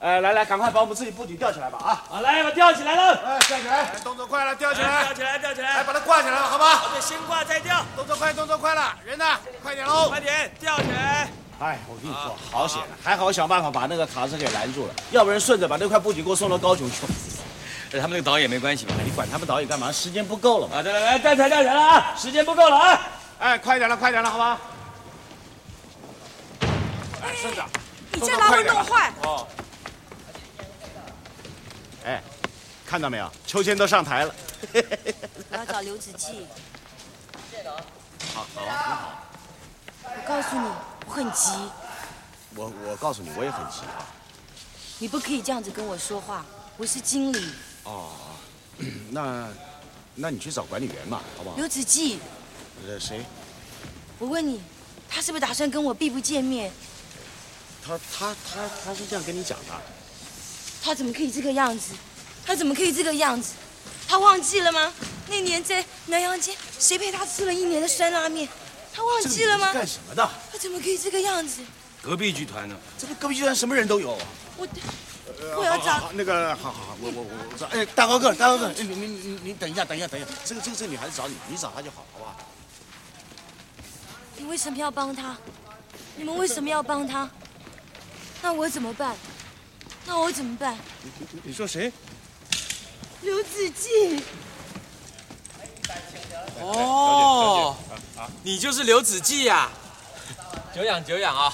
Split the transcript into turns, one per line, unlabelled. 呃，来来，赶快把我们自己布景吊起来吧啊！
啊，来吧，吊起来了，
哎，吊起来，
哎动作快了，吊起
哎
来，
吊起来，吊起
哎，
来，
把它挂起来了，好吧？
对，先挂再吊，
动作快，动作快了，人呢？快点喽！
快点吊起来。
哎，我跟你说，好险，还好我想办法把那个卡车给拦住了，要不然顺着把那块布景给我送到高雄去。 哎
他们那个导演没关系吧？
哎你管他们导演干嘛？时间不够了嘛。
啊，对，来来，吊起来，吊起来了啊，时间不够了啊。
哎，快点了，快点了，好吧？哎，顺着，
你这拉会弄坏。
哎，看到没有？秋千都上台了。
我要找刘子骥。好，我告诉你，我很急，
我我告诉你，我也很急。
你不可以这样子跟我说话。我是经理
那，那你去找管理员嘛，好不好？
刘子骥，
呃，谁？
我问你，他是不是打算跟我避不见面？
他他他他是这样跟你讲的。
他怎么可以这个样子？他怎么可以这个样子？他忘记了吗？那年在南阳街，谁陪他吃了一年的酸辣面？他忘记了吗
这个？女的是干什么的？
他怎么可以这个样子？
隔壁剧团呢？
这个隔壁居然什么人都有。
我，我
好
要找
好，啊那个，好好好，我我我我找。哎，大高个，大高个，哎你你你你等一下，等一下，等一下，这个这个这个女孩子找你，你找她就好，好不好？
你为什么要帮他？你们为什么要帮他？那我怎么办？那我怎么办？
你说谁？
刘子骥，
哦，你就是刘子骥呀、久仰久仰啊！